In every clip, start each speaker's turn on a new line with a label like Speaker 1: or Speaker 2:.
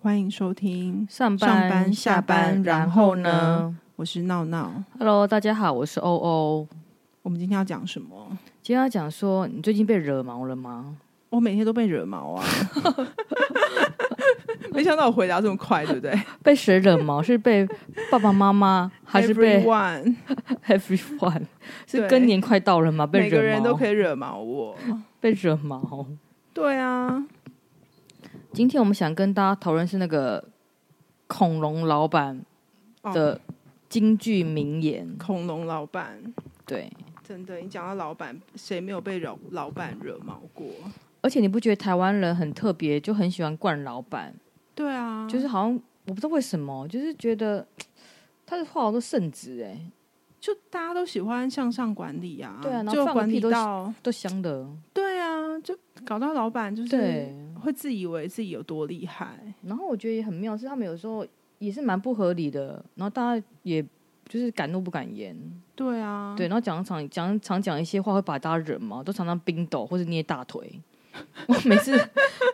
Speaker 1: 欢迎收听，
Speaker 2: 上班、
Speaker 1: 上班下
Speaker 2: 下
Speaker 1: 班
Speaker 2: 班，
Speaker 1: 然
Speaker 2: 然
Speaker 1: 后
Speaker 2: 后
Speaker 1: 呢
Speaker 2: 呢
Speaker 1: 我是闹闹。
Speaker 2: ？Hello，大家好，我是欧欧。
Speaker 1: 我们今天要讲什么？
Speaker 2: 今天要讲说，你最近被惹毛了吗？
Speaker 1: 我每天都被惹毛啊！ 没想到我回答这么快，对不对
Speaker 2: 被谁惹毛？是被爸爸妈 妈，还是被
Speaker 1: ？Everyone，
Speaker 2: everyone？
Speaker 1: 对
Speaker 2: 是更年快到了吗？被
Speaker 1: 每个
Speaker 2: 惹
Speaker 1: 人都
Speaker 2: 毛？
Speaker 1: 可以惹毛我。
Speaker 2: 被惹毛。
Speaker 1: 对啊，
Speaker 2: 今天我们想跟大家讨论是那个恐龙老板
Speaker 1: 哦
Speaker 2: 的京剧名言。
Speaker 1: 恐龙老板，
Speaker 2: 对，
Speaker 1: 真的，你讲到老板，谁没有被老老板惹毛过？
Speaker 2: 而且你不觉得台湾人很特别，就很喜欢惯老板？
Speaker 1: 对啊，
Speaker 2: 就是好像我不知道为什么，就是觉得他的话好多圣旨哎、
Speaker 1: 就大家都喜欢向上管理啊，
Speaker 2: 对啊然后
Speaker 1: 就
Speaker 2: 放个
Speaker 1: 管理
Speaker 2: 屁都
Speaker 1: 到，
Speaker 2: 都香的。
Speaker 1: 对啊，就搞到老板就是
Speaker 2: 对，
Speaker 1: 会自以为自己有多厉害，
Speaker 2: 然后我觉得也很妙，是他们有时候也是蛮不合理的，然后大家也就是敢怒不敢言，
Speaker 1: 对啊，
Speaker 2: 对，然后讲常讲常讲一些话会把大家惹毛，都常常冰斗或者捏大腿。 我每次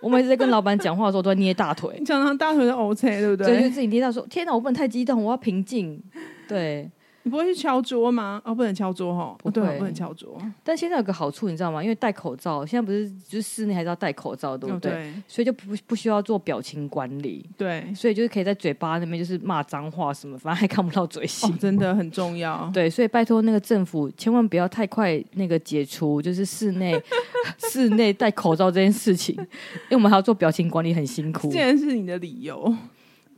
Speaker 2: 我每次在跟老板讲话的时候都在捏大腿
Speaker 1: 你，常常大腿都 OK，对不
Speaker 2: 所以就
Speaker 1: 对？
Speaker 2: 自己捏到说：“天哪，我不能太激动，我要平静。”对，
Speaker 1: 你不会去敲桌吗？哦，不能敲桌哈，哦，
Speaker 2: 不
Speaker 1: 对
Speaker 2: 会
Speaker 1: 哦，不能敲桌，
Speaker 2: 但现在有个好处，你知道吗？因为戴口罩，现在不是就是室内还是要戴口罩，对不
Speaker 1: 哦
Speaker 2: 对？
Speaker 1: 对
Speaker 2: 所以就不不需要做表情管理，
Speaker 1: 对，
Speaker 2: 所以就是可以在嘴巴那边就是骂脏话什么，反正还看不到嘴型。
Speaker 1: 哦，真的很重要。
Speaker 2: 对，所以拜托那个政府千万不要太快那个解除，就是室 内室内戴口罩这件事情，因为我们还要做表情管理，很辛苦
Speaker 1: 这。然是你的理由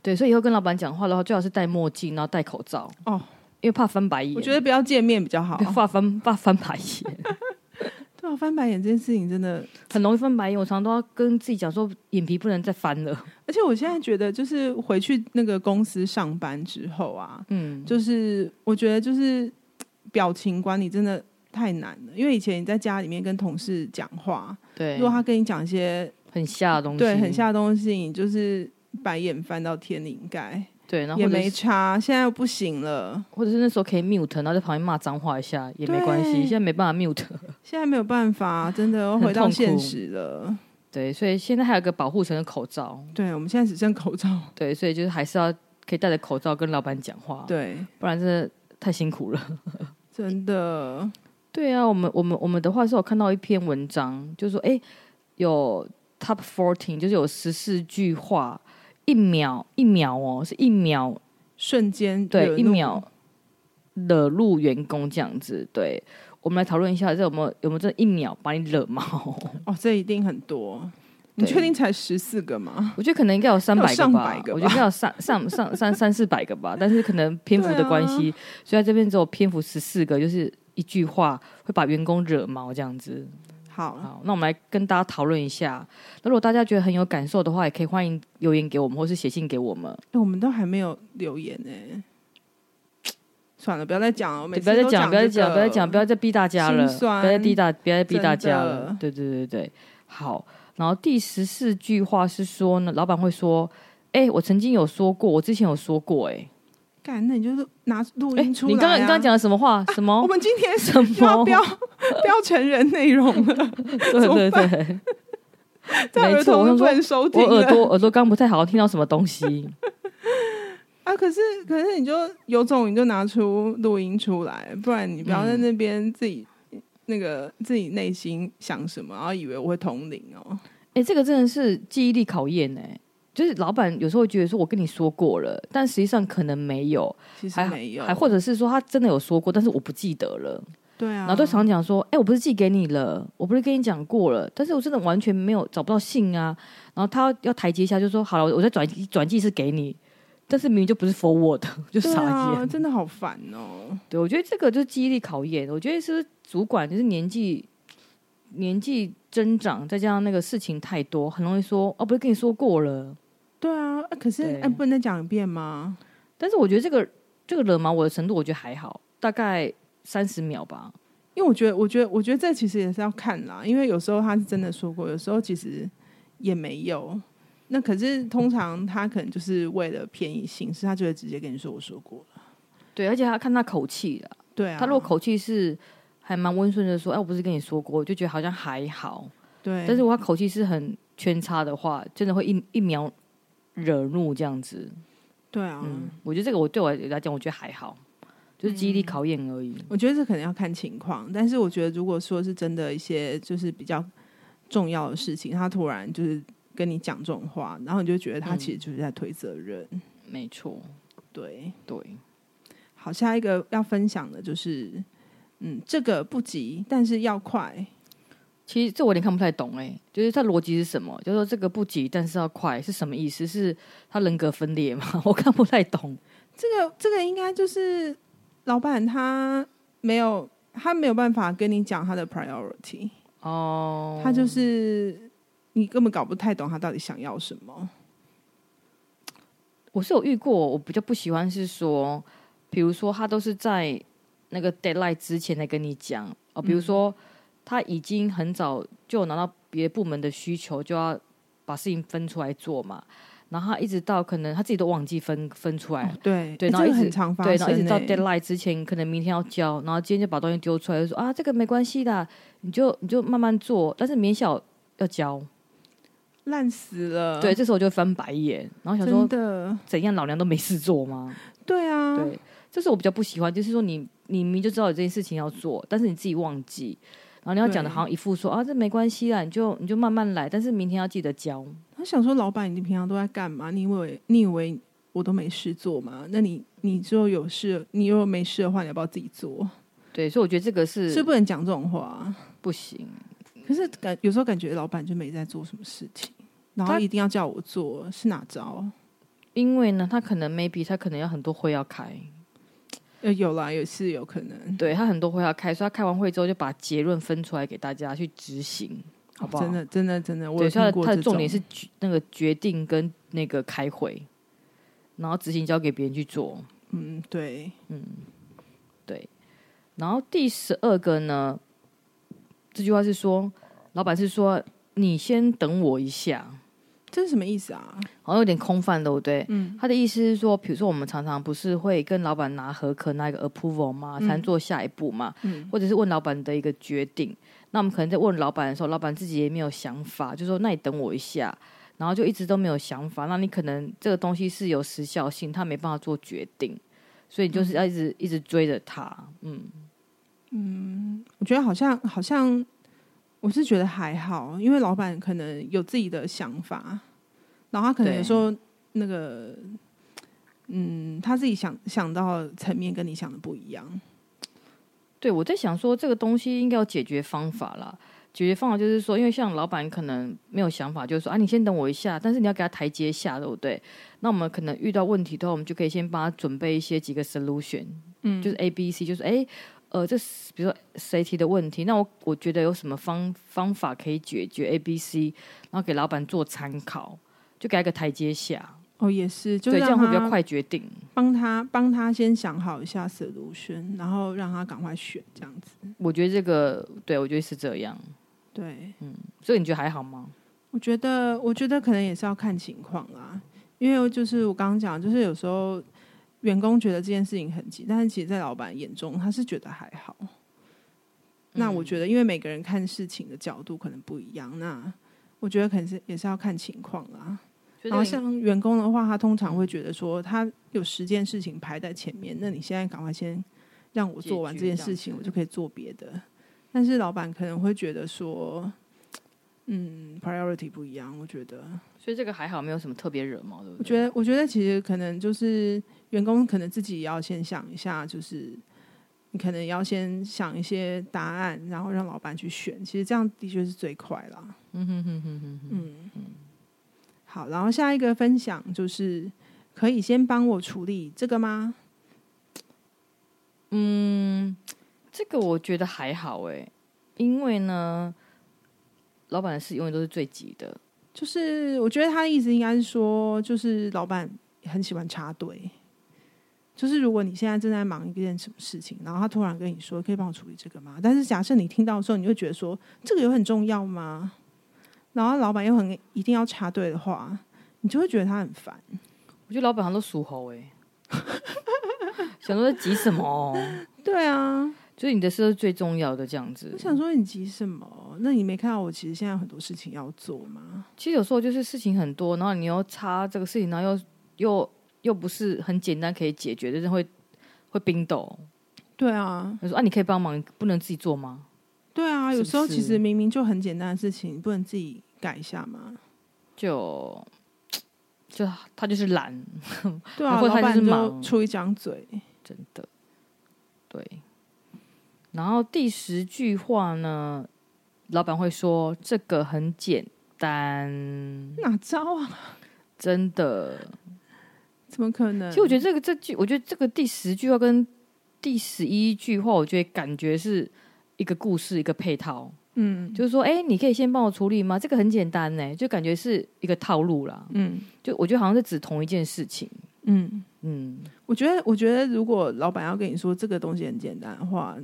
Speaker 2: 对，所以以后跟老板讲话的话，最好是戴墨镜，然后戴口罩，
Speaker 1: 哦，
Speaker 2: 因为怕翻白眼。
Speaker 1: 我觉得不要见面比较好。
Speaker 2: 怕翻 怕翻白眼，
Speaker 1: 对啊，翻白眼这件事情真的，
Speaker 2: 很容易翻白眼。我常常都要跟自己讲说，眼皮不能再翻了。
Speaker 1: 而且我现在觉得，就是回去那个公司上班之后啊，
Speaker 2: 嗯，
Speaker 1: 就是我觉得就是表情管理真的太难了，因为以前你在家里面跟同事讲话，
Speaker 2: 对
Speaker 1: 如，果他跟你讲一些
Speaker 2: 很吓的东西，
Speaker 1: 对很吓的东西，你就是白眼翻到天灵盖，
Speaker 2: 对，然后
Speaker 1: 也
Speaker 2: 或者
Speaker 1: 没
Speaker 2: 是
Speaker 1: 差，现在不行了，
Speaker 2: 或者是那时候可以 mute，然后在旁边骂脏话一下也没关系，
Speaker 1: 对
Speaker 2: 现在没办法 mute。
Speaker 1: 现在没有办法，真的要
Speaker 2: 很
Speaker 1: 回到
Speaker 2: 痛苦
Speaker 1: 现实了。
Speaker 2: 对，所以现在还有一个保护层的口罩，
Speaker 1: 对，我们现在只剩口 罩，
Speaker 2: 对，所以就是还是要可以戴着口罩跟老板讲话，，
Speaker 1: 对，
Speaker 2: 不然真的太辛苦了。
Speaker 1: 真的，
Speaker 2: 对啊，我们我们我们的话是有看到一篇文章，就是说，哎，有 top fourteen，就是有十四句话，一秒一秒哦，是一秒
Speaker 1: 瞬间惹
Speaker 2: 对，
Speaker 1: 怒
Speaker 2: 一秒惹怒员工这样子。对，我们来讨论一下，这有没有有没有这一秒把你惹毛？
Speaker 1: 哦，这一定很多。你
Speaker 2: 对
Speaker 1: 确定才十四个 吗？
Speaker 2: 我觉得可能应该有三百
Speaker 1: 上
Speaker 2: 个吧，
Speaker 1: 百个吧
Speaker 2: 我觉得应该有上上上上三四百个吧， 但是可能篇幅的关
Speaker 1: 啊
Speaker 2: 系，所以在这边只有篇幅十四个，就是一句话会把员工惹毛这样子。
Speaker 1: 好，
Speaker 2: 好，那我们来跟大家讨论一下。那如果大家觉得很有感受的话，也可以欢迎留言给我们，或是写信给我们。
Speaker 1: 哎我们都还没有留言呢、算了，不要再讲了，我每次
Speaker 2: 对不要再
Speaker 1: 都
Speaker 2: 讲，不要再
Speaker 1: 这个
Speaker 2: 讲，不要再讲，不要再逼大家了，
Speaker 1: 心酸
Speaker 2: 不要再逼大，不要再逼大家
Speaker 1: 真
Speaker 2: 了
Speaker 1: 的。
Speaker 2: 对对对对，好。然后第十四句话是说呢，老板会说：“哎、我曾经有说过，我之前有说过、哎
Speaker 1: 干，那你就是拿录
Speaker 2: 哎，
Speaker 1: 音出来、啊
Speaker 2: 你刚刚你刚刚，讲的什 么话？什么？
Speaker 1: 我们今天
Speaker 2: 什
Speaker 1: 又要
Speaker 2: 么？
Speaker 1: 标 标成人内容了，怎么
Speaker 2: 对对对，
Speaker 1: 在儿
Speaker 2: 没错，
Speaker 1: 童
Speaker 2: 我
Speaker 1: 都不
Speaker 2: 想说
Speaker 1: 能收听
Speaker 2: 我耳
Speaker 1: 了
Speaker 2: 朵耳朵刚不太好，听到什么东西？
Speaker 1: 啊！可是可是你就有种你就拿出录音出来，不然你不要在
Speaker 2: 嗯
Speaker 1: 那边自己、那个自己内心想什么，然后以为我会同龄哦。
Speaker 2: 哎、这个真的是记忆力考验哎、就是老板有时候会觉得说我跟你说过了，但实际上可能没有，
Speaker 1: 其实
Speaker 2: 还
Speaker 1: 没有，
Speaker 2: 还或者是说他真的有说过，但是我不记得了。
Speaker 1: 对啊，
Speaker 2: 然后都常讲说，哎、我不是寄给你了，我不是跟你讲过了，但是我真的完全没有找不到信啊。然后他要台阶下，就说好了，我再转转寄是给你，但是明明就不是 for 我的， 就
Speaker 1: 对
Speaker 2: 傻眼。
Speaker 1: 啊，真的好烦哦。
Speaker 2: 对，我觉得这个就是记忆力考验。我觉得是不是主管就是年纪年纪增长，再加上那个事情太多，很容易说哦，不是跟你说过了。
Speaker 1: 对啊，啊可是
Speaker 2: 对
Speaker 1: 哎、不能再讲一遍吗？
Speaker 2: 但是我觉得这个这个惹毛我的程度，我觉得还好，大概三十秒吧。
Speaker 1: 因为我觉得，我觉得，我觉得这其实也是要看啦，因为有时候他是真的说过，有时候其实也没有。那可是通常他可能就是为了便宜行事，他就会直接跟你说我说过了。
Speaker 2: 对，而且还要看他口气啦。
Speaker 1: 对啊，
Speaker 2: 他如果口气是还蛮温顺的说，哎，我不是跟你说过，我就觉得好像还好。
Speaker 1: 对，
Speaker 2: 但是我他口气是很圈叉的话，真的会一一秒惹怒这样子。
Speaker 1: 对啊，
Speaker 2: 嗯，我觉得这个我对我来讲，我觉得还好，就是记忆力考验而已。
Speaker 1: 我觉得这可能要看情况，但是我觉得如果说是真的一些就是比较重要的事情，他突然就是跟你讲这种话，然后你就觉得他
Speaker 2: 嗯
Speaker 1: 其实就是在推责任。
Speaker 2: 没错，
Speaker 1: 对，
Speaker 2: 对，
Speaker 1: 好，下一个要分享的就是，嗯，这个不急，但是要快。
Speaker 2: 其实这我有点看不太懂哎、就是它逻辑是什么？就是说这个不急，但是要快是什么意思？是他人格分裂吗？ 我看不太懂。
Speaker 1: 这个这个应该就是老板他没有他没有办法跟你讲他的 priority，、
Speaker 2: 哦，
Speaker 1: 他就是你根本搞不太懂他到底想要什么。
Speaker 2: 我是有遇过，我比较不喜欢是说，比如说他都是在那个 deadline 之前才跟你讲哦，比如说他已经很早就拿到别部门的需求，就要把事情分出来做嘛，然后他一直到可能他自己都忘记分分出来了，
Speaker 1: 对
Speaker 2: 对
Speaker 1: 欸
Speaker 2: 然后
Speaker 1: 这个
Speaker 2: 一直
Speaker 1: 很常发
Speaker 2: 对，
Speaker 1: 生、
Speaker 2: 然
Speaker 1: 欸，
Speaker 2: 后一直到 deadline 之前，可能明天要交，然后今天就把东西丢出来，就说啊，这个没关系的，你就你就慢慢做，但是明天下午要交。
Speaker 1: 烂死了。
Speaker 2: 对，，这时候我就翻白眼，然后想
Speaker 1: 真
Speaker 2: 说
Speaker 1: 的，
Speaker 2: 怎样，老娘都没事做吗？
Speaker 1: 对啊，
Speaker 2: 对，这是我比较不喜欢，就是说你你明明就知道有这件事情要做，但是你自己忘记，然后你要讲的
Speaker 1: 对
Speaker 2: 好像一副说啊，这没关系啦，你就你就慢慢来，但是明天要记得交。
Speaker 1: 他想说，老板，你平常都在干嘛？你以为你以为我都没事做吗？那你你之后有事，你如果没事的话，你要不要自己做？
Speaker 2: 对，所以我觉得这个是
Speaker 1: 是不能讲这种话。
Speaker 2: 不行。
Speaker 1: 可是感有时候感觉老板就没在做什么事情，然后
Speaker 2: 他
Speaker 1: 一定要叫我做，是哪招？
Speaker 2: 因为呢，他可能 maybe 他可能有很多会要开，
Speaker 1: 呃，有啦，也是有可能，
Speaker 2: 对他很多会要开，所以他开完会之后就把结论分出来给大家去执行，好不好？
Speaker 1: 真的，真的，真的，我
Speaker 2: 对，
Speaker 1: 有
Speaker 2: 所以他
Speaker 1: 听过
Speaker 2: 的他的
Speaker 1: 这
Speaker 2: 重点
Speaker 1: 种
Speaker 2: 是决那个决定跟那个开会，然后执行交给别人去做。
Speaker 1: 嗯，对，
Speaker 2: 然后第十二个呢，这句话是说，老板是说你先等我一下，
Speaker 1: 这是什么意思啊？
Speaker 2: 好像有点空泛，对不对？
Speaker 1: 嗯，
Speaker 2: 他的意思是说，比如说我们常常不是会跟老板拿合可那个 approval 嘛，才能做下一步嘛，
Speaker 1: 嗯
Speaker 2: 或者是问老板的一个决定。那我们可能在问老板的时候，老板自己也没有想法，就说那你等我一下，然后就一直都没有想法。那你可能这个东西是有时效性，他没办法做决定，所以你
Speaker 1: 嗯
Speaker 2: 就是要一直、一直追着他。嗯，
Speaker 1: 我觉得好像好像，我是觉得还好，因为老板可能有自己的想法，然后他可能
Speaker 2: 对
Speaker 1: 有时候那个，嗯，他自己想想到的层面跟你想的不一样，
Speaker 2: 对，我在想说这个东西应该有解决方法啦。解决方法就是说，因为像老板可能没有想法，就是说啊，你先等我一下，但是你要给他台阶下，对不对？那我们可能遇到问题的话，我们就可以先帮他准备一些几个 solution，
Speaker 1: 嗯
Speaker 2: 就是 A、B、C，就是哎，呃，这是比如说谁提的问题，那我我觉得有什么方方法可以解决 A、B、C，然后给老板做参考，就给他一个台阶下，
Speaker 1: 哦，也是，就
Speaker 2: 对，这样
Speaker 1: 让
Speaker 2: 会比较
Speaker 1: 他
Speaker 2: 快决定。
Speaker 1: 帮他帮他先想好一下 solution，然后让他赶快选这样子，
Speaker 2: 我觉得这个，对我觉得是这样，
Speaker 1: 对。
Speaker 2: 所以你觉得还好吗？
Speaker 1: 我觉得，我觉得可能也是要看情况啦，因为就是我刚刚讲，就是有时候员工觉得这件事情很急，但是其实，在老板眼中，他是觉得还好。那我觉得，因为每个人看事情的角度可能不一样，那我觉得可能是也是要看情况啦。
Speaker 2: 所以这
Speaker 1: 然后
Speaker 2: 个
Speaker 1: 像员工的话，他通常会觉得说，他有十件事情排在前面，那你现在赶快先让我做完
Speaker 2: 解
Speaker 1: 这
Speaker 2: 决
Speaker 1: 件
Speaker 2: 这样
Speaker 1: 事情，
Speaker 2: 子
Speaker 1: 我就可以做别的。但是老板可能会觉得说，嗯，priority 不一样，我觉得。
Speaker 2: 所以这个还好，没有什么特别惹毛，对不
Speaker 1: 我
Speaker 2: 对？
Speaker 1: 觉得，我觉得其实可能就是员工可能自己也要先想一下，就是你可能要先想一些答案，然后让老板去选。其实这样的确是最快啦。嗯好，然后下一个分享就是可以先帮我处理这个吗？
Speaker 2: 这个我觉得还好哎、因为呢，老板的事永远都是最急的，
Speaker 1: 就是我觉得他的意思应该是说，就是老板很喜欢插队。就是如果你现在正在忙一件什么事情，然后他突然跟你说可以帮我处理这个吗？但是假设你听到的时候，你会觉得说这个有很重要吗？然后老板又很一定要插队的话，你就会觉得他很烦。
Speaker 2: 我觉得老板好像都属猴 哎、想说在急什么？
Speaker 1: 对啊，
Speaker 2: 就是你的事都是最重要的这样子
Speaker 1: 我。想说你急什么？那你没看到我其实现在有很多事情要做吗？
Speaker 2: 其实有时候就是事情很多，然后你又插这个事情，然后又又又不是很简单可以解决，就是会会冰斗。
Speaker 1: 对啊，
Speaker 2: 他说啊，你可以帮忙，不能自己做吗？
Speaker 1: 对啊，有时候
Speaker 2: 是不
Speaker 1: 其
Speaker 2: 是
Speaker 1: 实明明就很简单的事情，不能自己改一下吗？
Speaker 2: 就就他就是懒，
Speaker 1: 对啊，
Speaker 2: 不过
Speaker 1: 老
Speaker 2: 他就是
Speaker 1: 板就
Speaker 2: 忙
Speaker 1: 出一张嘴，
Speaker 2: 真的，对。然后第十句话呢，老板会说这个很简单，
Speaker 1: 哪招啊？
Speaker 2: 真的。
Speaker 1: 怎么可能？
Speaker 2: 其实我觉得这个这句，我觉得这个第十句话跟第十一句话，我觉得感觉是一个故事一个配套，
Speaker 1: 嗯，
Speaker 2: 就是说，哎、你可以先帮我处理吗？这个很简单呢、就感觉是一个套路啦。
Speaker 1: 嗯
Speaker 2: 就我觉得好像是指同一件事情，
Speaker 1: 嗯，
Speaker 2: 嗯，
Speaker 1: 我觉得我觉得如果老板要跟你说这个东西很简单的话，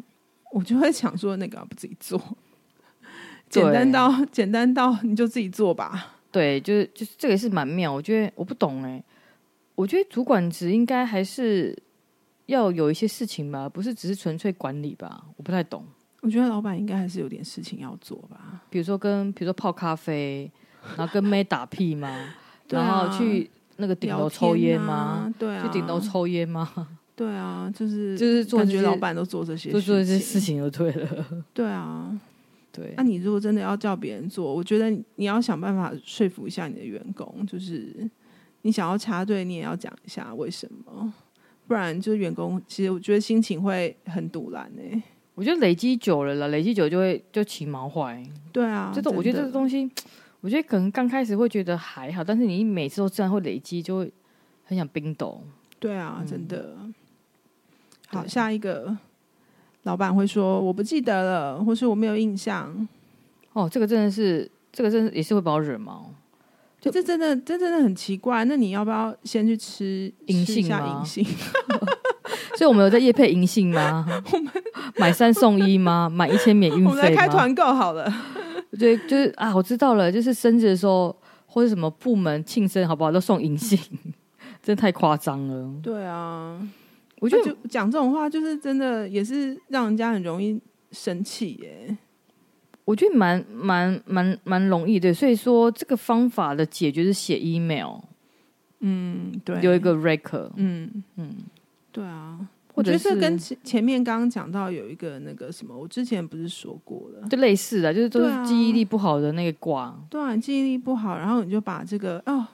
Speaker 1: 我就会想说那个要不自己 做，
Speaker 2: 对
Speaker 1: 简单到简单到你就自己做吧。
Speaker 2: 对，就是就是这个也是蛮妙，我觉得我不懂哎、我觉得主管职应该还是要有一些事情吧，不是只是纯粹管理吧，我不太懂。
Speaker 1: 我觉得老板应该还是有点事情要做吧。
Speaker 2: 比如说跟比如说泡咖啡，然后跟妹打屁吗？
Speaker 1: 对啊
Speaker 2: 然后去那个顶楼抽烟吗？
Speaker 1: 聊天啊？对啊，
Speaker 2: 去顶楼。抽烟吗？
Speaker 1: 对啊，就是
Speaker 2: 就是做
Speaker 1: 感
Speaker 2: 这些
Speaker 1: 觉老板都做这些，
Speaker 2: 就做这些事。情就对了。
Speaker 1: 对啊，
Speaker 2: 对
Speaker 1: 那、，你如果真的要叫别人做，我觉得你要想办法说服一下你的员工，就是你想要插队，你也要讲一下为什么，不然就是员工其实我觉得心情会很堵然哎、
Speaker 2: 我觉得累积久了啦，累积久就会就起毛坏。
Speaker 1: 对啊，
Speaker 2: 这种我觉得这
Speaker 1: 真
Speaker 2: 个
Speaker 1: 的
Speaker 2: 东西，我觉得可能刚开始会觉得还好，但是你每次都这样会累积，就会很想冰斗。
Speaker 1: 对啊，真的。好，
Speaker 2: 嗯对
Speaker 1: 下一个老板会说我不记得了，或是我没有印象。
Speaker 2: 哦，这个真的是，这个真的也是会把我惹毛。
Speaker 1: 就这真的，这真的很奇怪。那你要不要先去吃
Speaker 2: 银
Speaker 1: 吃一
Speaker 2: 杏
Speaker 1: 下
Speaker 2: 吗
Speaker 1: 银杏？
Speaker 2: 所以我们有在夜配银杏吗？ 我们 买三送一吗？买一千免 运
Speaker 1: 我们来
Speaker 2: 费
Speaker 1: 开
Speaker 2: 吗？
Speaker 1: 团购好了。
Speaker 2: 对，就是啊，我知道了，就是生日的时候或者什么部门庆生，好不好？都送银杏， 真的太夸张了。
Speaker 1: 对啊，
Speaker 2: 我
Speaker 1: 我
Speaker 2: 觉
Speaker 1: 觉
Speaker 2: 得
Speaker 1: 得就讲这种话，就是真的也是让人家很容易生气耶。
Speaker 2: 我觉得蛮蛮蛮蛮容易的，所以说这个方法的解决是写 email，
Speaker 1: 嗯，对，
Speaker 2: 有一，个 rec，
Speaker 1: 嗯
Speaker 2: 嗯
Speaker 1: 嗯，对啊。
Speaker 2: 或
Speaker 1: 我觉
Speaker 2: 者
Speaker 1: 得
Speaker 2: 是
Speaker 1: 这跟前前面刚刚讲到有一个那个什么，我之前不是说过了，
Speaker 2: 就类似的，就是都
Speaker 1: 对啊
Speaker 2: 是记忆力不好的那个卦，
Speaker 1: 对啊，你记忆力不好，然后你就把这个哦，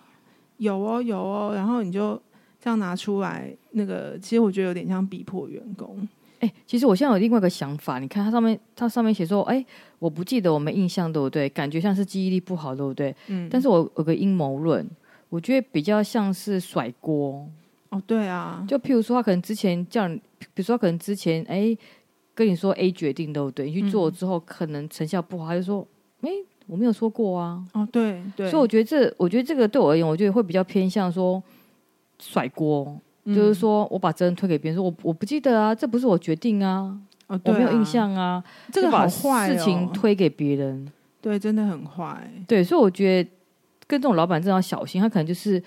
Speaker 1: 有哦有哦，然后你就这样拿出来，那个其实我觉得有点像逼迫员工。
Speaker 2: 哎、其实我现在有另外一个想法，你看它上面，它上面写说，哎、我不记得，我没印象，对不对？感觉像是记忆力不好，对不对？
Speaker 1: 嗯，
Speaker 2: 但是我有个阴谋论，我觉得比较像是甩锅。
Speaker 1: 哦，对啊，
Speaker 2: 就譬如说，他可能之前叫你，比如说他可能之前哎、跟你说 A 决定，对不对？你去
Speaker 1: 嗯
Speaker 2: 做之后，可能成效不好，他就说，哎、我没有说过啊。
Speaker 1: 哦对对，
Speaker 2: 所以我觉得这，我觉得这个对我而言，我觉得会比较偏向说甩锅，
Speaker 1: 嗯
Speaker 2: 就是说我把责任推给别人，说我我不记得啊，这不是我决定啊。
Speaker 1: 哦，
Speaker 2: 我
Speaker 1: 对
Speaker 2: 没有
Speaker 1: 啊
Speaker 2: 印，象啊，
Speaker 1: 这个
Speaker 2: 就把
Speaker 1: 好坏、哦、
Speaker 2: 事情推给别人，
Speaker 1: 对，真的很坏。
Speaker 2: 对，所以我觉得跟这种老板真的要小心，他可能就是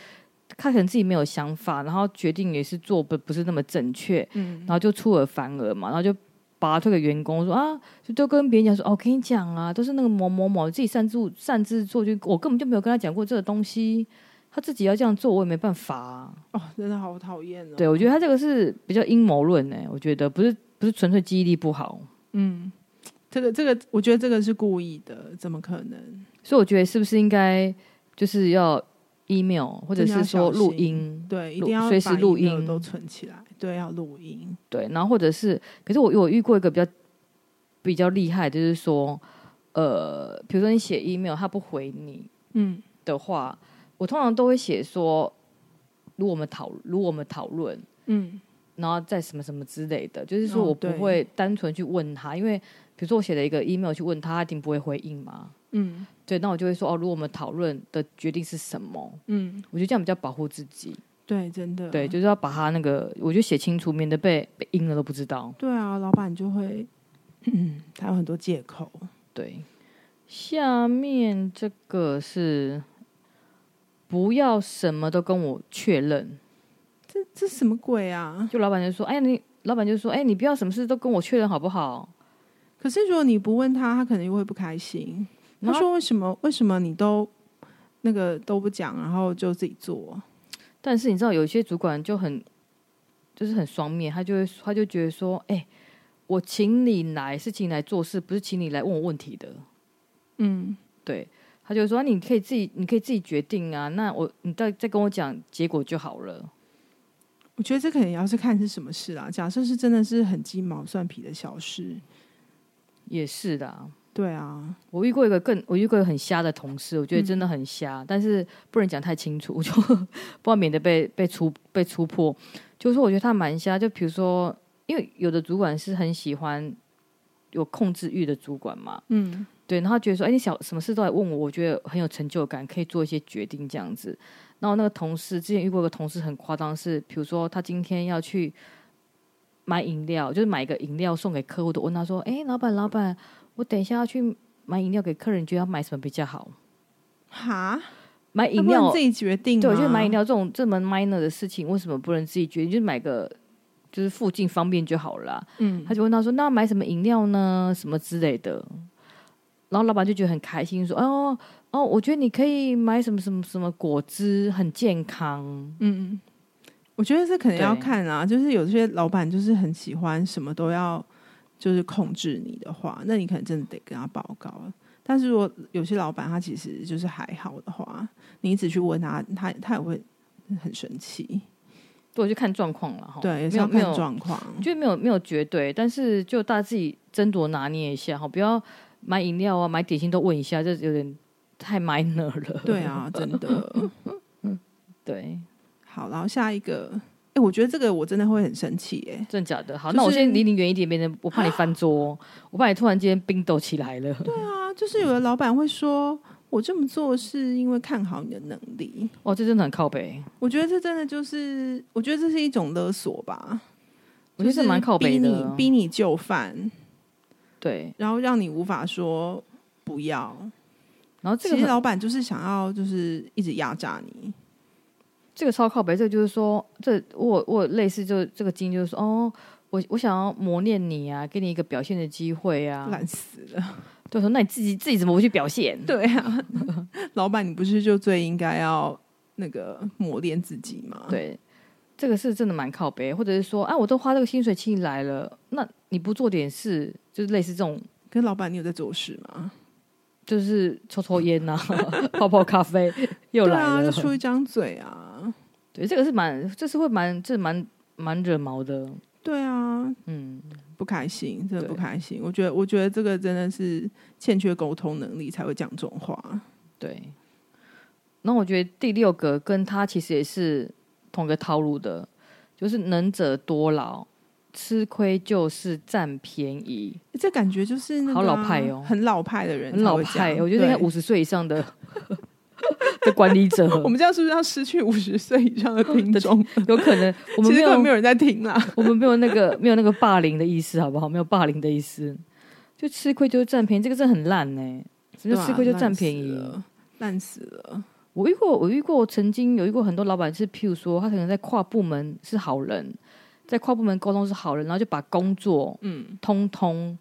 Speaker 2: 他可能自己没有想法，然后决定也是做不不是那么正确，
Speaker 1: 嗯
Speaker 2: 然，后就出尔反尔嘛，然后就把他推给员工说啊，就都跟别人讲说哦，我跟你讲啊，都是那个某某某自己擅自擅自做，就我根本就没有跟他讲过这个东西，他自己要这样做，我也没办法、啊。
Speaker 1: 哦，真的好讨厌哦。
Speaker 2: 对，我觉得他这个是比较阴谋论哎，我觉得不是不是纯粹记忆力不好。
Speaker 1: 嗯，这个这个，我觉得这个是故意的，怎么可能？
Speaker 2: 所以我觉得是不是应该就是要 email 或者是说录音，
Speaker 1: 对，一
Speaker 2: 录
Speaker 1: 定要
Speaker 2: 随时
Speaker 1: 把
Speaker 2: 录
Speaker 1: email
Speaker 2: 音
Speaker 1: 都存起来，对，要录音。
Speaker 2: 对，然后或者是，可是我我遇过一个比较比较厉害，就是说，呃，比如说你写 email 他不回你
Speaker 1: 嗯
Speaker 2: 的话，我通常都会写说，如我们讨如我们讨论，
Speaker 1: 嗯，
Speaker 2: 然后再什么什么之类的，就是说
Speaker 1: 哦
Speaker 2: 我不
Speaker 1: 对
Speaker 2: 会单纯去问他，因为比如说我写了一个 email 去问他，他一定不会回应嘛。
Speaker 1: 嗯
Speaker 2: 对，那我就会说哦，如果我们讨论的决定是什么，
Speaker 1: 嗯，
Speaker 2: 我觉得这样比较保护自己。
Speaker 1: 对，真的，
Speaker 2: 对，就是要把他那个，我就写清楚，免得被被阴了都不知道。
Speaker 1: 对啊，老板就会， 嗯，他有很多借口。
Speaker 2: 对，下面这个是不要什么都跟我确认，
Speaker 1: 这这什么鬼啊？
Speaker 2: 就老板就说，哎，你老板就说，哎，你不要什么事都跟我确认好不好？
Speaker 1: 可是如果你不问他，他可能又会不开心。他
Speaker 2: 然后
Speaker 1: 说为什么为什么你都那个都不讲，然后就自己做？
Speaker 2: 但是你知道，有一些主管就很就是很双面，他就会他就觉得说，哎、我请你来是请你来做事，不是请你来问我问题的。
Speaker 1: 嗯，
Speaker 2: 对，他就说啊你可以自己，你可以自己决定啊。那我你再再跟我讲结果就好了。
Speaker 1: 我觉得这可能也要是看是什么事啦。啊假设是真的是很鸡毛蒜皮的小事，
Speaker 2: 也是的，
Speaker 1: 对啊，
Speaker 2: 我遇过一个更我遇过一个很瞎的同事，我觉得真的很瞎，但是不能讲太清楚， 我就不然免得被被出被出破。就是说我觉得他蛮瞎，就比如说，因为有的主管是很喜欢有控制欲的主管嘛，
Speaker 1: 嗯
Speaker 2: 对，然后他觉得说，哎，你小什么事都来问我，我觉得很有成就感，可以做一些决定这样子。然后那个同事之前遇过一个同事很夸张是，比如说他今天要去买饮料，就是买一个饮料送给客户的，我问他说，哎，老板，老板，我等一下要去买饮料给客人，你觉得要买什么比较好？
Speaker 1: 哈，
Speaker 2: 买
Speaker 1: 那
Speaker 2: 饮
Speaker 1: 不能
Speaker 2: 料
Speaker 1: 自己决定啊吗，
Speaker 2: 对，我觉得买饮料这种这么 minor 的事情，为什么不能自己决定？就是买个就是附近方便就好了啊、
Speaker 1: 嗯
Speaker 2: 他就问他说：“那买什么饮料呢？什么之类的。”然后老板就觉得很开心，说：“哦哦，我觉得你可以买什么什么什么果汁，很健康。
Speaker 1: 嗯，我觉得这可能要
Speaker 2: 对
Speaker 1: 看啊，就是有些老板就是很喜欢什么都要就是控制你的话，那你可能真的得跟他报告了。但是如果有些老板他其实就是还好的话，你一直去问他，他他也会很生气。”
Speaker 2: 对，我就看状况了哈。
Speaker 1: 对，也是
Speaker 2: 哦
Speaker 1: 要
Speaker 2: 没有没
Speaker 1: 看
Speaker 2: 有，
Speaker 1: 状况。
Speaker 2: 就没有没有绝对，但是就大家自己斟酌拿捏一下哈，不要买饮料啊、买点心都问一下，这有点太 minor 了。
Speaker 1: 对啊，真的。
Speaker 2: 对，
Speaker 1: 好，然后下一个，哎、我觉得这个我真的会很生气耶、
Speaker 2: 真的假的？好，
Speaker 1: 就是
Speaker 2: 那我先离你远一点，别人我怕你翻桌，我怕你突然间冰斗起来 了。
Speaker 1: 啊，就是有的老板会说，我这么做是因为看好你的能力。
Speaker 2: 哦，这真的很靠北，
Speaker 1: 我觉得这真的就是，我觉得这是一种勒索吧。
Speaker 2: 我觉得
Speaker 1: 就
Speaker 2: 这
Speaker 1: 是
Speaker 2: 蛮靠北
Speaker 1: 逼
Speaker 2: 的
Speaker 1: 你。逼你就范，
Speaker 2: 对，
Speaker 1: 然后让你无法说不要。
Speaker 2: 然后这
Speaker 1: 其实哦
Speaker 2: 个
Speaker 1: 老板就是想要，就是一直压榨你。
Speaker 2: 这个超靠北，这个就是说，这我我有类似就这个经历就是说，哦，我我想要磨练你啊，给你一个表现的机会啊。
Speaker 1: 懒死 了，
Speaker 2: 对，说那你自己自己怎么不去表现？
Speaker 1: 对啊， 老板，你不是就最应该要那个磨练自己吗？
Speaker 2: 对这个是真的蛮靠北，或者是说，啊，我都花这个薪水请你来了，那你不做点事，就是类似这种，
Speaker 1: 跟老板，你有在做事吗？
Speaker 2: 就是抽抽烟呐、啊， 泡泡咖啡又
Speaker 1: 对
Speaker 2: 来
Speaker 1: 啊，
Speaker 2: 了。
Speaker 1: 就出一张嘴啊，
Speaker 2: 对，这个是蛮，这是会蛮，这蛮蛮惹毛的。
Speaker 1: 对啊，
Speaker 2: 嗯，
Speaker 1: 不开心，真的
Speaker 2: 对
Speaker 1: 不开心。我觉得，我觉得这个真的是欠缺沟通能力才会讲这种话。
Speaker 2: 对。那我觉得第六个跟他其实也是同一个套路的，就是能者多劳，吃亏就是占便宜，
Speaker 1: 这感觉就是那个啊、
Speaker 2: 好老派哦
Speaker 1: 很老派的人才
Speaker 2: 很
Speaker 1: 会这样，
Speaker 2: 老派。我觉得应该
Speaker 1: 对
Speaker 2: 五十岁以上的 的管理者，
Speaker 1: 我们这样是不是要失去五十岁以 上的听众？
Speaker 2: 有可能我们
Speaker 1: 其实
Speaker 2: 没
Speaker 1: 根
Speaker 2: 有
Speaker 1: 本没有人在听啦。
Speaker 2: 我们没有那个没有那个霸凌的意思，好不好？没有霸凌的意思，就吃亏就是占便宜，这个真的很烂呢、什
Speaker 1: 对
Speaker 2: 么叫
Speaker 1: 啊
Speaker 2: 吃亏就占便宜？
Speaker 1: 烂死了，烂死了。
Speaker 2: 我遇过，我遇过，曾经有遇过很多老板是，譬如说，他可能在跨部门是好人，在跨部门沟通是好人，然后就把工作
Speaker 1: 嗯，
Speaker 2: 通通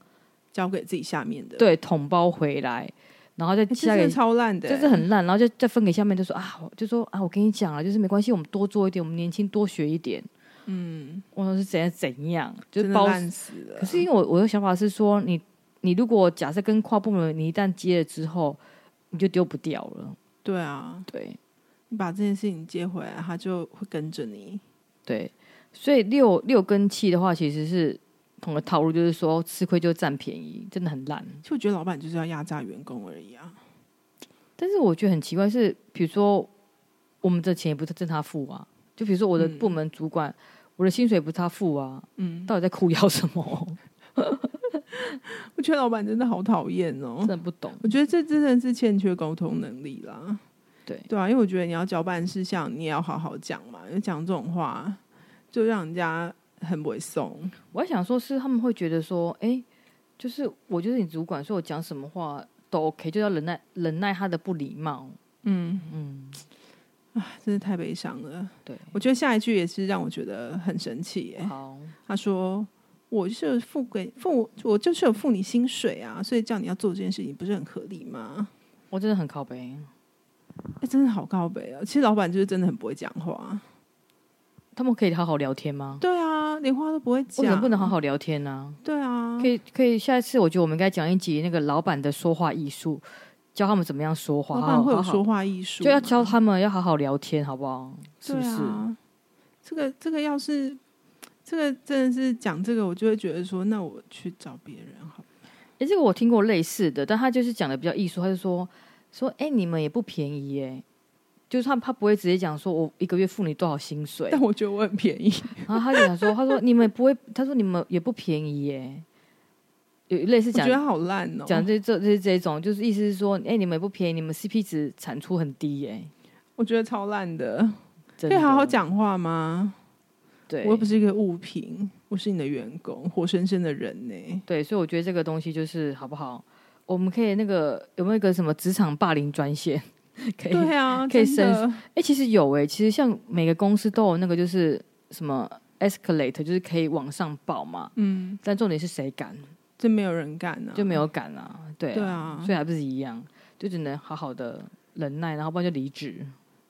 Speaker 1: 交给自己下面的，
Speaker 2: 对统包回来，然后再
Speaker 1: 哎，
Speaker 2: 下
Speaker 1: 这
Speaker 2: 给
Speaker 1: 是，超烂的、
Speaker 2: 这是很烂，然后就再分给下面，就说啊，我就说啊，我跟你讲啊，就是没关系，我们多做一点，我们年轻多学一点，
Speaker 1: 嗯，
Speaker 2: 我说是怎样怎样，就
Speaker 1: 真
Speaker 2: 是
Speaker 1: 的
Speaker 2: 包。
Speaker 1: 烂死了。
Speaker 2: 可是因为我我的想法是说，你你如果假设跟跨部门你一旦接了之后，你就丢不掉了，
Speaker 1: 对啊，
Speaker 2: 对。
Speaker 1: 你把这件事情接回来，他就会跟着你。
Speaker 2: 对，所以六六跟七的话，其实是同个套路，就是说吃亏就占便宜，真的很烂。
Speaker 1: 其实我觉得老板就是要压榨员工而已啊。
Speaker 2: 但是我觉得很奇怪是，比如说我们的钱也不是正他付啊，就比如说我的
Speaker 1: 嗯
Speaker 2: 部门主管，我的薪水也不是他付啊，
Speaker 1: 嗯，
Speaker 2: 到底在哭要什么？
Speaker 1: 我觉得老板真的好讨厌哦
Speaker 2: 真。的不懂。
Speaker 1: 我觉得这真的是欠缺沟通能力啦。
Speaker 2: 对
Speaker 1: 对啊，因为我觉得你要交办事项，你也要好好讲嘛。因为讲这种话，就让人家很不会送。
Speaker 2: 我还想说，是他们会觉得说，哎、就是我就是你主管，所以我讲什么话都 OK，就要忍耐忍耐他的不礼貌。
Speaker 1: 嗯，
Speaker 2: 嗯，
Speaker 1: 真的太悲伤了。
Speaker 2: 对，啊
Speaker 1: 我觉得下一句也是让我觉得很生气耶。
Speaker 2: 好，
Speaker 1: 他说：“我就是付给付，我就是有付你薪水啊，所以叫你要做这件事情，不是很合理吗？
Speaker 2: 我真的很靠背。
Speaker 1: 哎、真的好告白啊！其实老板就是真的很不会讲话，
Speaker 2: 他们可以好好聊天吗？
Speaker 1: 对啊，连话都不会
Speaker 2: 为什么
Speaker 1: 讲，
Speaker 2: 不能好？好聊天呢、
Speaker 1: 对啊，
Speaker 2: 可以，可以。下一次我觉得我们应该讲一集那个老板的说话艺术，教他们怎么样说话。
Speaker 1: 老
Speaker 2: 好
Speaker 1: 板
Speaker 2: 哦好
Speaker 1: 会有
Speaker 2: 好
Speaker 1: 说话艺术，
Speaker 2: 就要教他们要好好聊天，好不好？是不
Speaker 1: 对
Speaker 2: 是？
Speaker 1: 啊、这个这个要是这个真的是讲这个，我就会觉得说，那我去找别人好了。
Speaker 2: 诶，这个我听过类似的，但他就是讲的比较艺术，他就说说，诶，你们也不便宜耶、就是他他不会直接讲说我一个月付你多少薪水，
Speaker 1: 但我觉得我很便宜，
Speaker 2: 然后他就讲说，他说你们不会，他说你们也不便宜耶、有类似
Speaker 1: 我
Speaker 2: 讲
Speaker 1: 觉得好烂哦、
Speaker 2: 讲这这这这种，就是意思是说，诶，你们也不便宜，你们 CP 值产出很低耶、
Speaker 1: 我觉得超烂的，
Speaker 2: 真
Speaker 1: 可
Speaker 2: 的
Speaker 1: 以好好，讲话吗？
Speaker 2: 对，
Speaker 1: 我又不是一个物品，我是你的员工，活生生的人呢、
Speaker 2: 对，所以我觉得这个东西就是好不好？我们可以那个有没有一个什么职场霸凌专线？可以
Speaker 1: 对啊，
Speaker 2: 可以
Speaker 1: 真的
Speaker 2: 哎、其实有哎、其实像每个公司都有那个就是什么 escalate，就是可以往上报嘛。
Speaker 1: 嗯，
Speaker 2: 但重点是谁敢，
Speaker 1: 真没有人干呢、
Speaker 2: 就没有敢啊。对啊
Speaker 1: 对啊
Speaker 2: 所以还不是一样，就只能好好的忍耐，然后不然就离职。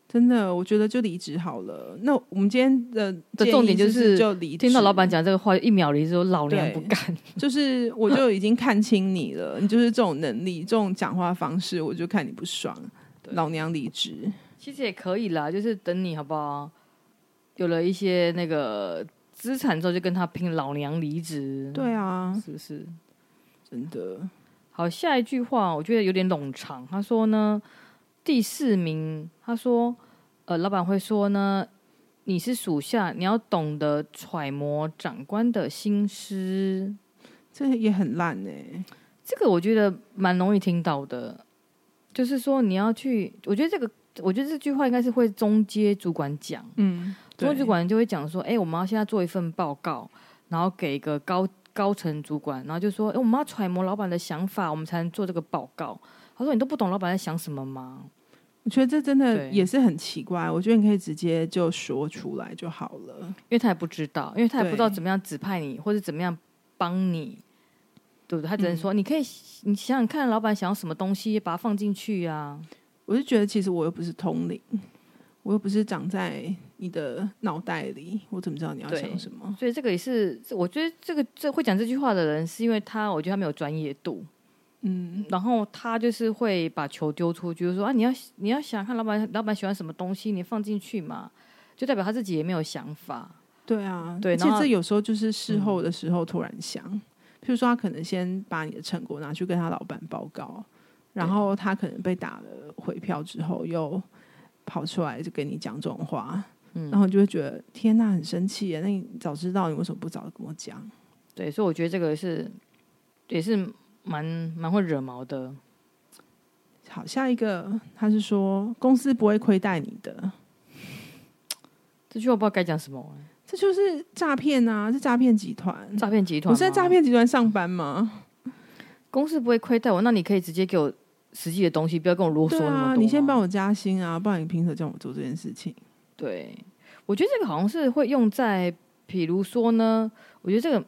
Speaker 1: 真的，我觉得就离职好了。那我们今天的
Speaker 2: 的重
Speaker 1: 建议
Speaker 2: 点就是
Speaker 1: 是就离职。
Speaker 2: 听到老板讲这个话，一秒离职，我老娘
Speaker 1: 对
Speaker 2: 不干。
Speaker 1: 就是我就已经看清你了，你就是这种能力、这种讲话方式，我就看你不爽，
Speaker 2: 对
Speaker 1: 老娘离职。
Speaker 2: 其实也可以啦，就是等你好不好？有了一些那个资产之后，就跟他拼老娘离职。，
Speaker 1: 对啊，
Speaker 2: 是不是？
Speaker 1: 真的，
Speaker 2: 好，下一句话我觉得有点冗长。他说呢，第四名，他说，呃，老板会说呢，你是属下，你要懂得揣摩长官的心思。
Speaker 1: 这也很烂哎、
Speaker 2: 这个我觉得蛮容易听到的，就是说你要去，我觉得这个，我觉得这句话应该是会中阶主管讲，
Speaker 1: 嗯，
Speaker 2: 中
Speaker 1: 对
Speaker 2: 阶主管就会讲说，哎、我们要现在做一份报告，然后给一个高高层主管，然后就说，哎、我们要揣摩老板的想法，我们才能做这个报告。他说：“你都不懂老板在想什么吗
Speaker 1: 我觉得这真的
Speaker 2: 对
Speaker 1: 也是很奇怪。我觉得你可以直接就说出来就好了。？”
Speaker 2: 因为他也不知道，因为他也不
Speaker 1: 对
Speaker 2: 知道怎么样指派你，或者怎么样帮你，对不对？他
Speaker 1: 嗯
Speaker 2: 只能说：“你可以，你想想看，老板想要什么东西，把它放进去啊。
Speaker 1: 我是觉得，其实我又不是通灵，我又不是长在你的脑袋里，我怎么知道你要
Speaker 2: 对
Speaker 1: 想什么？”
Speaker 2: 所以这个也是，这我觉得这个这会讲这句话的人，是因为他，我觉得他没有专业度。
Speaker 1: 嗯，
Speaker 2: 然后他就是会把球丢出去，就说啊，你要你要想看老板老板喜欢什么东西，你放进去嘛，就代表他自己也没有想法。
Speaker 1: 对啊，
Speaker 2: 对
Speaker 1: 而且
Speaker 2: 然后嗯
Speaker 1: 这有时候就是事后的时候突然想，譬如说他可能先把你的成果拿去跟他老板报告，然后他可能被打了回票之后，又跑出来就跟你讲这种话，
Speaker 2: 嗯
Speaker 1: 然后你就会觉得天呐，很生气耶！那你早知道你为什么不早跟我讲？
Speaker 2: 对，所以我觉得这个是也是蛮蛮会惹毛的。
Speaker 1: 好，下一个他是说公司不会亏待你的，
Speaker 2: 这句话不知道该讲什么、欸
Speaker 1: 这就是诈骗啊，是诈骗集团。
Speaker 2: 诈骗集团
Speaker 1: 我
Speaker 2: 吗？
Speaker 1: 是在诈骗集团上班吗？
Speaker 2: 公司不会亏待我，那你可以直接给我实际的东西，不要跟我啰嗦
Speaker 1: 对
Speaker 2: 那么多、
Speaker 1: 啊，你先帮
Speaker 2: 我。
Speaker 1: 我加薪啊，不然你凭什么叫我做这件事情？
Speaker 2: 对，我觉得这个好像是会用在，比如说呢，我觉得这个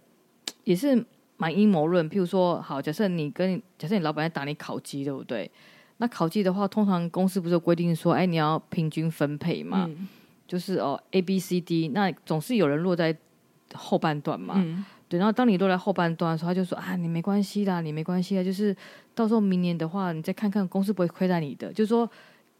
Speaker 2: 也是蛮阴谋论。譬如说，好，假设你跟假设你老板在打你烤鸡，对不对？那烤鸡的话，通常公司不是有规定说，哎，你要平均分配嘛，
Speaker 1: 嗯
Speaker 2: 就是哦 A B C D，那总是有人落在后半段嘛。
Speaker 1: 嗯。
Speaker 2: 对，然后当你落在后半段的时候，他就说啊，你没关系啦，你没关系啊，就是到时候明年的话，你再看看公司不会亏待你的，就是说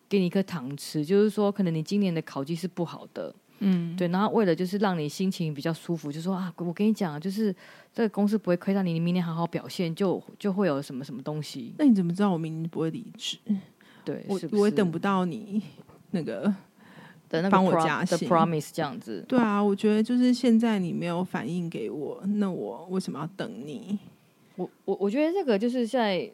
Speaker 2: 给你一颗糖吃，就是说可能你今年的考绩是不好的，
Speaker 1: 嗯，
Speaker 2: 对，然后为了就是让你心情比较舒服，就说啊，我跟你讲啊，就是这个公司不会亏待你，你明年好好表现，就就会有什么什么东西，
Speaker 1: 那你怎么知道我明年不会离职？
Speaker 2: 对，
Speaker 1: 我
Speaker 2: 是不
Speaker 1: 我也
Speaker 2: 是
Speaker 1: 等不到你那个。
Speaker 2: 的那个
Speaker 1: 帮我
Speaker 2: pro-
Speaker 1: 加
Speaker 2: 的
Speaker 1: 薪
Speaker 2: promise 这样子，
Speaker 1: 对啊，我觉得就是现在你没有反应给我，那我为什么要等你？
Speaker 2: 我我我觉得这个就是在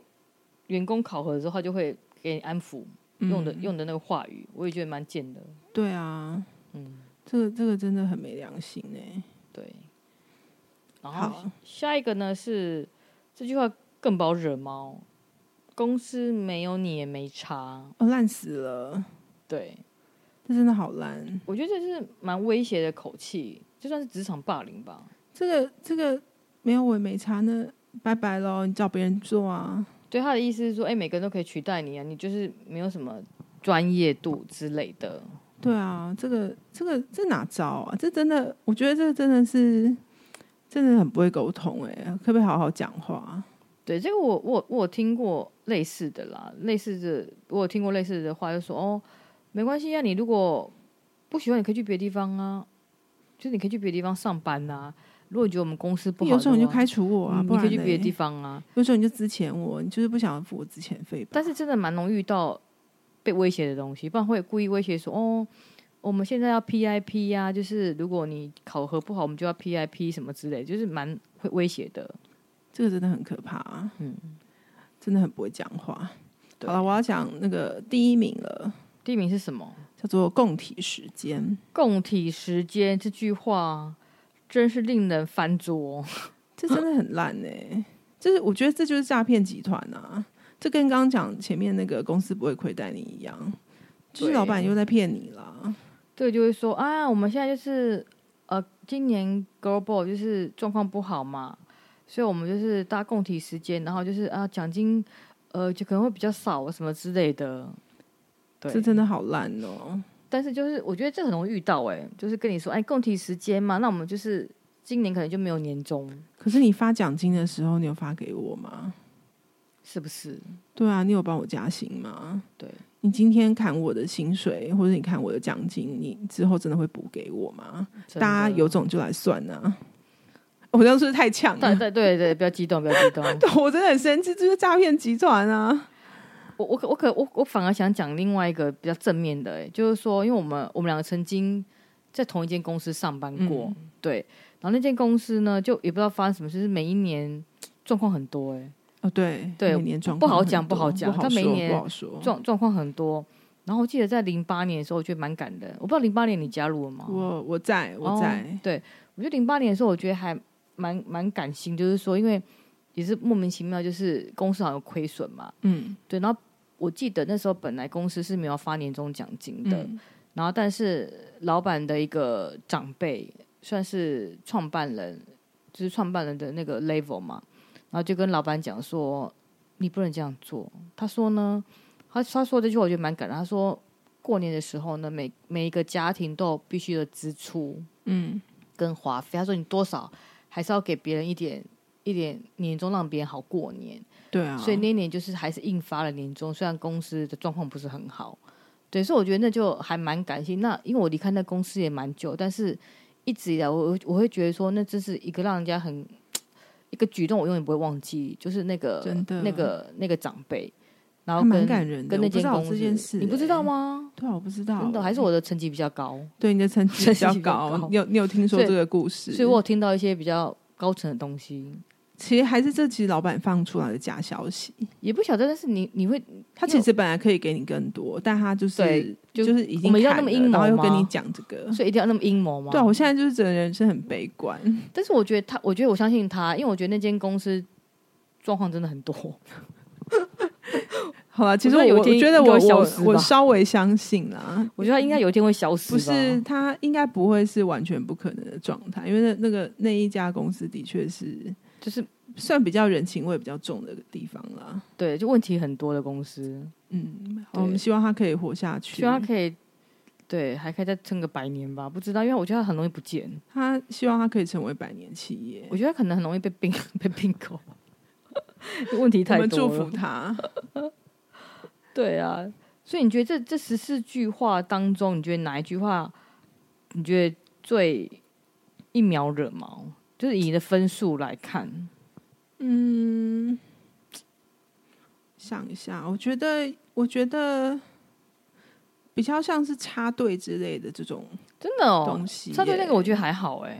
Speaker 2: 员工考核的时候，他就会给你安抚用的、用的那个话语，我也觉得蛮贱的。
Speaker 1: 对啊，
Speaker 2: 嗯，
Speaker 1: 这个这个真的很没良心哎、
Speaker 2: 对。然后
Speaker 1: 好
Speaker 2: 下一个呢是这句话更把我惹毛，公司没有你也没差。
Speaker 1: 哦，烂死了，
Speaker 2: 对，
Speaker 1: 这真的好烂。
Speaker 2: 我觉得这是蛮威胁的口气，就算是职场霸凌吧。
Speaker 1: 这个这个没有我也没差，那拜拜喽，你找别人做啊。
Speaker 2: 对他的意思是说，哎、每个人都可以取代你啊，你就是没有什么专业度之类的。
Speaker 1: 对啊，这个这个这哪招啊？这真的，我觉得这真的是真的很不会沟通哎、可不可以好好讲话？啊
Speaker 2: 对，这个我我我有听过类似的啦，类似的我有听过类似的话，就说哦，没关系啊，你如果不喜欢，你可以去别的地方啊，就是你可以去别的地方上班啊。如果你觉得我们公司不好的
Speaker 1: 有
Speaker 2: 话，
Speaker 1: 时候你就开除我啊，
Speaker 2: 嗯
Speaker 1: 不
Speaker 2: 你可
Speaker 1: 然
Speaker 2: 以去别的地
Speaker 1: 嘞，
Speaker 2: 方啊。
Speaker 1: 有时候你就支遣我，你就是不想付我之前费吧？
Speaker 2: 但是真的蛮容易遇到被威胁的东西，不然会故意威胁说哦，我们现在要 PIP 呀、啊就是如果你考核不好，我们就要 PIP 什么之类，就是蛮会威胁的。
Speaker 1: 这个真的很可怕、啊，
Speaker 2: 嗯，
Speaker 1: 真的很不会讲话。
Speaker 2: 对
Speaker 1: 好了，我要讲那个第一名了，
Speaker 2: 第一名是什么？
Speaker 1: 叫做共体时间。
Speaker 2: 共体时间这句话真是令人翻桌。
Speaker 1: 这真的很烂哎、就是我觉得这就是诈骗集团啊，这跟刚刚讲前面那个公司不会亏待你一样，就是
Speaker 2: 对
Speaker 1: 老板又在骗你啦。
Speaker 2: 对，就会说啊，我们现在就是呃，今年 Girl b o y 就是状况不好嘛，所以我们就是大家共体时间，然后就是啊，奖金呃就可能会比较少什么之类的。对，
Speaker 1: 这真的好烂哦、
Speaker 2: 但是就是我觉得这很容易遇到哎、就是跟你说哎，共体时间嘛，那我们就是今年可能就没有年终，
Speaker 1: 可是你发奖金的时候，你有发给我吗？
Speaker 2: 是不是？
Speaker 1: 对啊，你有帮我加薪吗？
Speaker 2: 对，
Speaker 1: 你今天砍我的薪水，或者你砍我的奖金，你之后真的会补给我吗？
Speaker 2: 真的
Speaker 1: 大家有种就来算啊！我这样是不是太呛
Speaker 2: 对
Speaker 1: 了？
Speaker 2: 对对对，不要激动，不要激动。
Speaker 1: 对， 我真的很生气，这就是诈骗集团啊！
Speaker 2: 我我可我可我我反而想讲另外一个比较正面的、欸，就是说，因为我们我们两个曾经在同一间公司上班过，
Speaker 1: 嗯
Speaker 2: 对，然后那间公司呢，就也不知道发生什么事，就是每一年状况很多、欸，
Speaker 1: 哦，对
Speaker 2: 对
Speaker 1: 每年状况
Speaker 2: 不好
Speaker 1: 很
Speaker 2: 讲不
Speaker 1: 多
Speaker 2: 好讲
Speaker 1: 不好
Speaker 2: 他每
Speaker 1: 说
Speaker 2: 年
Speaker 1: 不好说
Speaker 2: 哎，。状状况很多。然后我记得在零八年的时候，我觉得蛮感人。我不知道零八年你加入了吗？
Speaker 1: 我我在我在，
Speaker 2: 哦对，我觉得零八年的时候，我觉得还蛮蛮感性，就是说，因为也是莫名其妙，就是公司好像有亏损嘛，
Speaker 1: 嗯
Speaker 2: 对。然后我记得那时候本来公司是没有发年终奖金的，
Speaker 1: 嗯
Speaker 2: 然后但是老板的一个长辈，算是创办人，就是创办人的那个 level 嘛，然后就跟老板讲说，你不能这样做。他说呢，他他说这句话我觉得蛮感人，他说过年的时候呢，每每一个家庭都有必须的支出
Speaker 1: 嗯，
Speaker 2: 跟花费，他说你多少还是要给别人一点。一点年终让别人好过年，
Speaker 1: 对啊，
Speaker 2: 所以那一年就是还是印发了年终，虽然公司的状况不是很好，对，所以我觉得那就还蛮感谢。那因为我离开那公司也蛮久，但是一直以来我我会觉得说，那真是一个让人家很一个举动，我永远不会忘记，就是那个
Speaker 1: 真的
Speaker 2: 那个那个长辈，然后
Speaker 1: 还蛮
Speaker 2: 跟
Speaker 1: 感人的
Speaker 2: 跟那
Speaker 1: 我不
Speaker 2: 间
Speaker 1: 知道
Speaker 2: 公
Speaker 1: 这
Speaker 2: 司，
Speaker 1: 件事
Speaker 2: 你不知
Speaker 1: 欸
Speaker 2: 道吗？
Speaker 1: 对啊，我不知道，
Speaker 2: 真的，还是我的成绩比较高，
Speaker 1: 对你的成绩比
Speaker 2: 成 绩
Speaker 1: 较
Speaker 2: 比较
Speaker 1: 高
Speaker 2: 高，
Speaker 1: 你有你有听说
Speaker 2: 所以
Speaker 1: 这个故事？
Speaker 2: 所以我有听到一些比较高层的东西，
Speaker 1: 其实还是这其实老板放出来的假消息，
Speaker 2: 也不晓得，但是你你会
Speaker 1: 他其实本来可以给你更多，但他就是
Speaker 2: 对
Speaker 1: 就
Speaker 2: 就是
Speaker 1: 已经
Speaker 2: 我们要
Speaker 1: 砍
Speaker 2: 那么
Speaker 1: 了
Speaker 2: 阴谋
Speaker 1: 然后又跟
Speaker 2: 吗
Speaker 1: 你讲这个。
Speaker 2: 所以一定要那么阴谋吗？
Speaker 1: 对啊，我现在就是整个人是很悲 观，
Speaker 2: 但是我觉得他，我觉得我相信他，因为我觉得那间公司状况真的很多。
Speaker 1: 好了，其实
Speaker 2: 我
Speaker 1: 我
Speaker 2: 觉得有
Speaker 1: 我
Speaker 2: 一天
Speaker 1: 觉得
Speaker 2: 应该
Speaker 1: 我
Speaker 2: 会消
Speaker 1: 我
Speaker 2: 失
Speaker 1: 我
Speaker 2: 吧
Speaker 1: 稍微相信啦，
Speaker 2: 我觉得他应该有一天会消失。
Speaker 1: 不是，他应该不会是完全不可能的状态，因为那那个那一家公司的确是
Speaker 2: 就是
Speaker 1: 算比较人情味比较重的地方啦。
Speaker 2: 对，就问题很多的公司，
Speaker 1: 嗯，好
Speaker 2: 对
Speaker 1: 我们希望他可以活下去。
Speaker 2: 希望他可以对，还可以再撑个百年吧。不知道，因为我觉得他很容易不见，
Speaker 1: 他希望他可以成为百年企业。
Speaker 2: 我觉得他可能很容易被并 被并购，问题
Speaker 1: 我
Speaker 2: 太
Speaker 1: 们
Speaker 2: 多
Speaker 1: 祝福
Speaker 2: 了。
Speaker 1: 他。
Speaker 2: 对啊，所以你觉得这这十四句话当中，你觉得哪一句话你觉得最一秒惹毛？就是以你的分数来看，
Speaker 1: 嗯，想一下，我觉得，我觉得比较像是插队之类的这种
Speaker 2: 真的哦，
Speaker 1: 东西耶、
Speaker 2: 插队那个我觉得还好哎、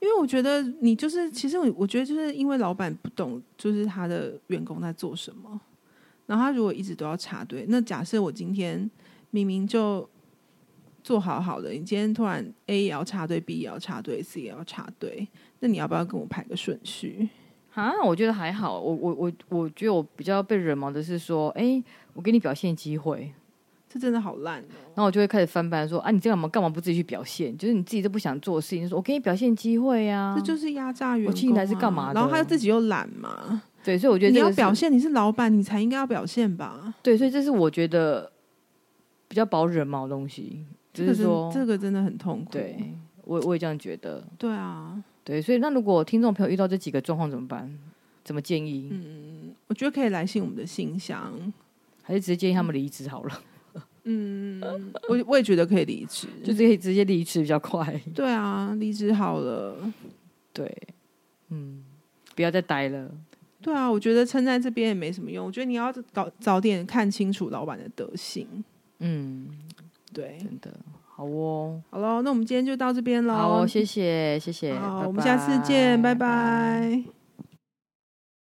Speaker 1: 因为我觉得你就是，其实我我觉得就是因为老板不懂，就是他的员工在做什么，然后他如果一直都要插队，那假设我今天明明就做好好的，你今天突然 A 也要插队，B 也要插队，C 也要插队，那你要不要跟我排个顺序？
Speaker 2: 啊，我觉得还好。我我我我觉得我比较被惹毛的是说，哎、我给你表现机会，
Speaker 1: 这真的好烂哦。
Speaker 2: 然后我就会开始翻白眼说：“啊，你这个嘛干嘛不自己去表现？就是你自己都不想做的事情，就说我给你表现机会呀、啊。”
Speaker 1: 这就是压榨员工、啊，
Speaker 2: 我请你来是干嘛的
Speaker 1: 然后他自己又懒嘛，
Speaker 2: 对，所以我觉得
Speaker 1: 你
Speaker 2: 这个
Speaker 1: 要
Speaker 2: 是
Speaker 1: 表现，你是老板，你才应该要表现吧。
Speaker 2: 对，所以这是我觉得比较保人毛的东西，
Speaker 1: 这
Speaker 2: 就
Speaker 1: 个
Speaker 2: 是
Speaker 1: 真
Speaker 2: 说，
Speaker 1: 这个真的很痛苦。
Speaker 2: 对我我也这样觉得。
Speaker 1: 对啊，
Speaker 2: 对，所以那如果听众朋友遇到这几个状况怎么办？怎么建议？
Speaker 1: 嗯我觉得可以来信我们的信箱。
Speaker 2: 还是直接建议他们离职好
Speaker 1: 嗯
Speaker 2: 了，
Speaker 1: 我我也觉得可以离职。
Speaker 2: 就是可以直接离职比较快。
Speaker 1: 对啊，离职好了。
Speaker 2: 对，嗯，不要再待了。
Speaker 1: 对啊，我觉得撑在这边也没什么用。我觉得你要搞早点看清楚老板的德性。
Speaker 2: 嗯，
Speaker 1: 对，
Speaker 2: 真的，好哦，
Speaker 1: 好喽，那我们今天就到这边喽。哦
Speaker 2: 好哦，谢谢，谢谢，
Speaker 1: 好
Speaker 2: 拜
Speaker 1: 我们下次见，拜
Speaker 2: 拜
Speaker 1: 拜